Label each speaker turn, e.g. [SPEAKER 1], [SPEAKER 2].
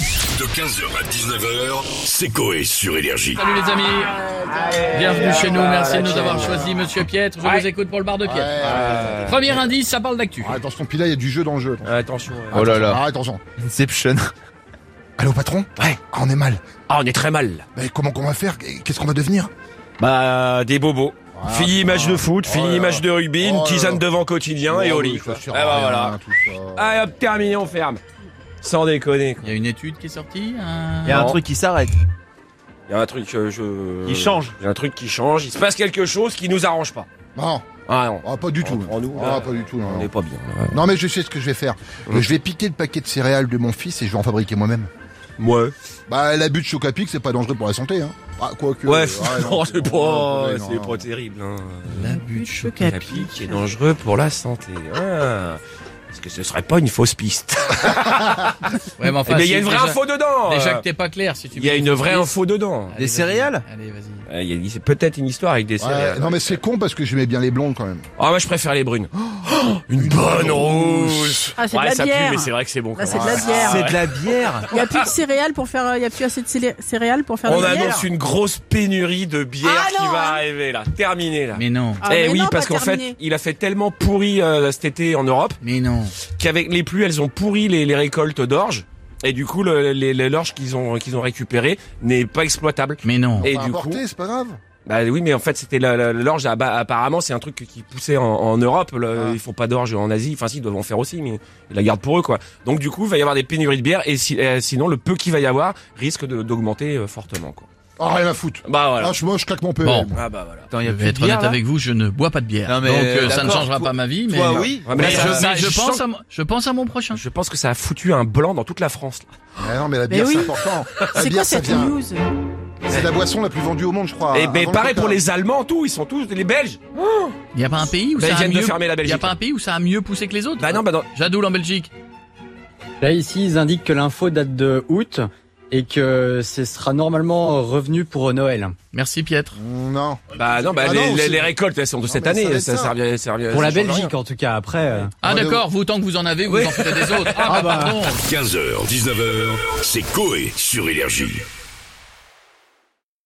[SPEAKER 1] De 15h à 19h, c'est Coé sur Énergie.
[SPEAKER 2] Salut les amis, bienvenue chez nous, merci de nous avoir choisi Monsieur Pietre, je vous écoute pour le bar de Pietre.
[SPEAKER 3] Euh.
[SPEAKER 2] Premier indice, ça parle d'actu.
[SPEAKER 4] Ah, attention, puis là, il y a du jeu dans le jeu.
[SPEAKER 3] Ah,
[SPEAKER 4] Attention.
[SPEAKER 5] Oh là là.
[SPEAKER 4] Ah, attention.
[SPEAKER 5] Inception.
[SPEAKER 4] Allô, patron
[SPEAKER 3] Ouais.
[SPEAKER 4] Ah, on est mal.
[SPEAKER 3] Ah, on est très mal.
[SPEAKER 4] Mais comment qu'on va faire Qu'est-ce qu'on va devenir
[SPEAKER 3] Bah, des bobos. fini match de foot, fini
[SPEAKER 4] Ah, Oh là
[SPEAKER 3] match de rugby,
[SPEAKER 4] Oh
[SPEAKER 3] une
[SPEAKER 4] là
[SPEAKER 3] tisane
[SPEAKER 4] là. Oh,
[SPEAKER 3] devant quotidien et au lit.
[SPEAKER 4] Ça sert
[SPEAKER 3] Ah
[SPEAKER 4] à
[SPEAKER 3] bah
[SPEAKER 4] rien,
[SPEAKER 3] voilà.
[SPEAKER 4] tout ça.
[SPEAKER 3] Allez hop, terminé, on ferme. Sans déconner.
[SPEAKER 2] Il y a une étude qui est sortie.
[SPEAKER 5] Il y a un
[SPEAKER 3] Non.
[SPEAKER 5] truc qui s'arrête.
[SPEAKER 3] Il y a un truc, euh, je.
[SPEAKER 5] Il change.
[SPEAKER 3] Il y a un truc qui change. Il se passe quelque chose qui nous arrange pas.
[SPEAKER 4] Non,
[SPEAKER 3] Ah non.
[SPEAKER 4] ah, pas du tout.
[SPEAKER 3] Entre-nous,
[SPEAKER 4] Ah,
[SPEAKER 3] là,
[SPEAKER 4] pas du tout.
[SPEAKER 3] On
[SPEAKER 4] non,
[SPEAKER 3] Hum.
[SPEAKER 4] non.
[SPEAKER 3] n'est pas bien.
[SPEAKER 4] Non, mais je sais ce que je vais faire. Je vais piquer le paquet de céréales de mon fils et je vais en fabriquer moi-même.
[SPEAKER 3] Moi.
[SPEAKER 4] Bah, l'abus de chocapic, c'est pas dangereux pour la santé, hein. Ah, quoique.
[SPEAKER 3] Ouais,
[SPEAKER 4] ah,
[SPEAKER 3] non, c'est pas,
[SPEAKER 4] non,
[SPEAKER 3] c'est
[SPEAKER 4] non.
[SPEAKER 3] pas terrible. Hein.
[SPEAKER 2] L'abus de
[SPEAKER 3] Capi qui est dangereux pour la santé. Ah. Est-ce que ce serait pas une fausse piste
[SPEAKER 2] Ouais, mais
[SPEAKER 3] Eh
[SPEAKER 2] enfin,
[SPEAKER 3] bien, il y a
[SPEAKER 2] si,
[SPEAKER 3] une vraie
[SPEAKER 2] déjà-
[SPEAKER 3] info dedans.
[SPEAKER 2] Déjà
[SPEAKER 3] euh.
[SPEAKER 2] que t'es pas clair, si tu
[SPEAKER 3] Il y a
[SPEAKER 2] me
[SPEAKER 3] une vraie
[SPEAKER 2] dis-
[SPEAKER 3] info dedans.
[SPEAKER 5] Des
[SPEAKER 2] Allez, vas-y.
[SPEAKER 5] céréales
[SPEAKER 2] Allez, vas-y.
[SPEAKER 3] Euh, Il y a c'est peut-être une histoire avec des
[SPEAKER 4] Ouais,
[SPEAKER 3] céréales.
[SPEAKER 4] non, mais c'est con parce que j'aimais bien les blondes quand même.
[SPEAKER 3] Ah, moi je préfère les brunes. Oh, une bonne rousse.
[SPEAKER 6] Ah, c'est
[SPEAKER 3] ouais,
[SPEAKER 6] de la
[SPEAKER 3] ça pue,
[SPEAKER 6] bière.
[SPEAKER 3] mais c'est vrai que c'est bon. quand
[SPEAKER 6] Là, c'est de
[SPEAKER 3] même.
[SPEAKER 6] la bière.
[SPEAKER 5] C'est de la bière.
[SPEAKER 6] Il n'y a plus de céréales pour faire. Il n'y a plus assez de célé- céréales pour faire
[SPEAKER 3] On
[SPEAKER 6] de la bière.
[SPEAKER 3] annonce une grosse pénurie de bière
[SPEAKER 6] Ah,
[SPEAKER 3] qui
[SPEAKER 6] non,
[SPEAKER 3] va
[SPEAKER 6] hein.
[SPEAKER 3] arriver là. Terminé là.
[SPEAKER 2] Mais non,
[SPEAKER 6] Ah,
[SPEAKER 3] eh
[SPEAKER 6] mais
[SPEAKER 3] oui,
[SPEAKER 6] non,
[SPEAKER 3] parce
[SPEAKER 6] pas
[SPEAKER 3] qu'en fait,
[SPEAKER 6] terminé.
[SPEAKER 3] il a fait tellement pourri euh, cet été en Europe
[SPEAKER 2] mais non.
[SPEAKER 3] qu'avec les pluies, elles ont pourri les, les récoltes d'orge. Et du coup, le- les, les- l'orge qu'ils ont, qu'ils ont récupérée n'est pas exploitable.
[SPEAKER 2] Mais non.
[SPEAKER 3] Et
[SPEAKER 4] Pas
[SPEAKER 3] du coup,
[SPEAKER 4] importé, c'est pas grave.
[SPEAKER 3] Bah oui, mais en fait, c'était la- la- l'orge. ah bah, apparemment, c'est un truc qui poussait en, en Europe. le-
[SPEAKER 4] Ah.
[SPEAKER 3] Ils font pas d'orge en Asie. Enfin, si, ils doivent en faire aussi, mais ils la gardent pour eux, quoi. Donc, du coup, il va y avoir des pénuries de bière, et si- euh, sinon, le peu qu'il va y avoir risque de- d'augmenter euh, fortement, quoi.
[SPEAKER 4] Ah, rien à foutre.
[SPEAKER 3] Bah voilà.
[SPEAKER 4] Ah, je, moi, je claque mon PE.
[SPEAKER 2] Bon.
[SPEAKER 3] Ah bah voilà.
[SPEAKER 2] Attends, il y a
[SPEAKER 3] Je
[SPEAKER 2] plus
[SPEAKER 3] vais
[SPEAKER 2] être honnête
[SPEAKER 3] là.
[SPEAKER 2] avec vous, je ne bois pas de bière.
[SPEAKER 5] Non, mais,
[SPEAKER 2] Donc euh,
[SPEAKER 5] euh,
[SPEAKER 2] ça ne
[SPEAKER 5] d'accord,
[SPEAKER 2] changera
[SPEAKER 5] toi-
[SPEAKER 2] pas ma vie, mais, euh,
[SPEAKER 5] Toi, oui.
[SPEAKER 3] Ouais,
[SPEAKER 2] mais
[SPEAKER 3] mais là,
[SPEAKER 2] je,
[SPEAKER 3] ça- ça-
[SPEAKER 2] mais je pense
[SPEAKER 3] sens-
[SPEAKER 2] à, mon- je pense à mon prochain.
[SPEAKER 3] je pense que ça a foutu un blanc dans toute la France. là.
[SPEAKER 4] Ah non, mais la
[SPEAKER 6] Mais
[SPEAKER 4] bière,
[SPEAKER 6] oui.
[SPEAKER 4] c'est important. La
[SPEAKER 6] C'est
[SPEAKER 4] bière,
[SPEAKER 6] quoi
[SPEAKER 4] ça
[SPEAKER 6] cette
[SPEAKER 4] vient.
[SPEAKER 6] news
[SPEAKER 4] C'est la boisson la plus vendue au monde, je crois.
[SPEAKER 3] et ben
[SPEAKER 4] Ah, Avant le
[SPEAKER 3] pareil
[SPEAKER 4] coca.
[SPEAKER 3] pour les Allemands, tout. Ils sont tous les Belges.
[SPEAKER 2] Il n'y a pas un pays où
[SPEAKER 3] Bah,
[SPEAKER 2] ça
[SPEAKER 3] ils
[SPEAKER 2] a
[SPEAKER 3] viennent de
[SPEAKER 2] mieux,
[SPEAKER 3] fermer la
[SPEAKER 2] il y a
[SPEAKER 3] Belgique.
[SPEAKER 2] pas un pays où ça a mieux poussé que les autres.
[SPEAKER 3] Bah non, bah non.
[SPEAKER 2] Jadoul en Belgique.
[SPEAKER 7] Là ici, ils indiquent que l'info date de août et que ce sera normalement revenu pour Noël.
[SPEAKER 3] Euh,
[SPEAKER 2] Merci Pietre.
[SPEAKER 4] Mm, Non.
[SPEAKER 3] Bah non, bah
[SPEAKER 4] Ah
[SPEAKER 3] les,
[SPEAKER 4] non,
[SPEAKER 3] les-
[SPEAKER 4] c'est-
[SPEAKER 3] les récoltes, elles sont de
[SPEAKER 4] Non,
[SPEAKER 3] cette
[SPEAKER 4] mais ça va
[SPEAKER 3] année.
[SPEAKER 4] être
[SPEAKER 3] Ça,
[SPEAKER 4] ça.
[SPEAKER 3] servirait- servirait-
[SPEAKER 7] Pour
[SPEAKER 3] ça
[SPEAKER 7] la
[SPEAKER 3] change
[SPEAKER 7] Belgique
[SPEAKER 3] rien.
[SPEAKER 7] en tout cas, après... euh,
[SPEAKER 2] Ah
[SPEAKER 4] Rendez-vous.
[SPEAKER 2] d'accord, vous tant que vous en avez, vous vous en foutez des autres. Ah, bah,
[SPEAKER 7] bah.
[SPEAKER 2] pardon.
[SPEAKER 1] 15h, 19h, c'est Coé sur Énergie.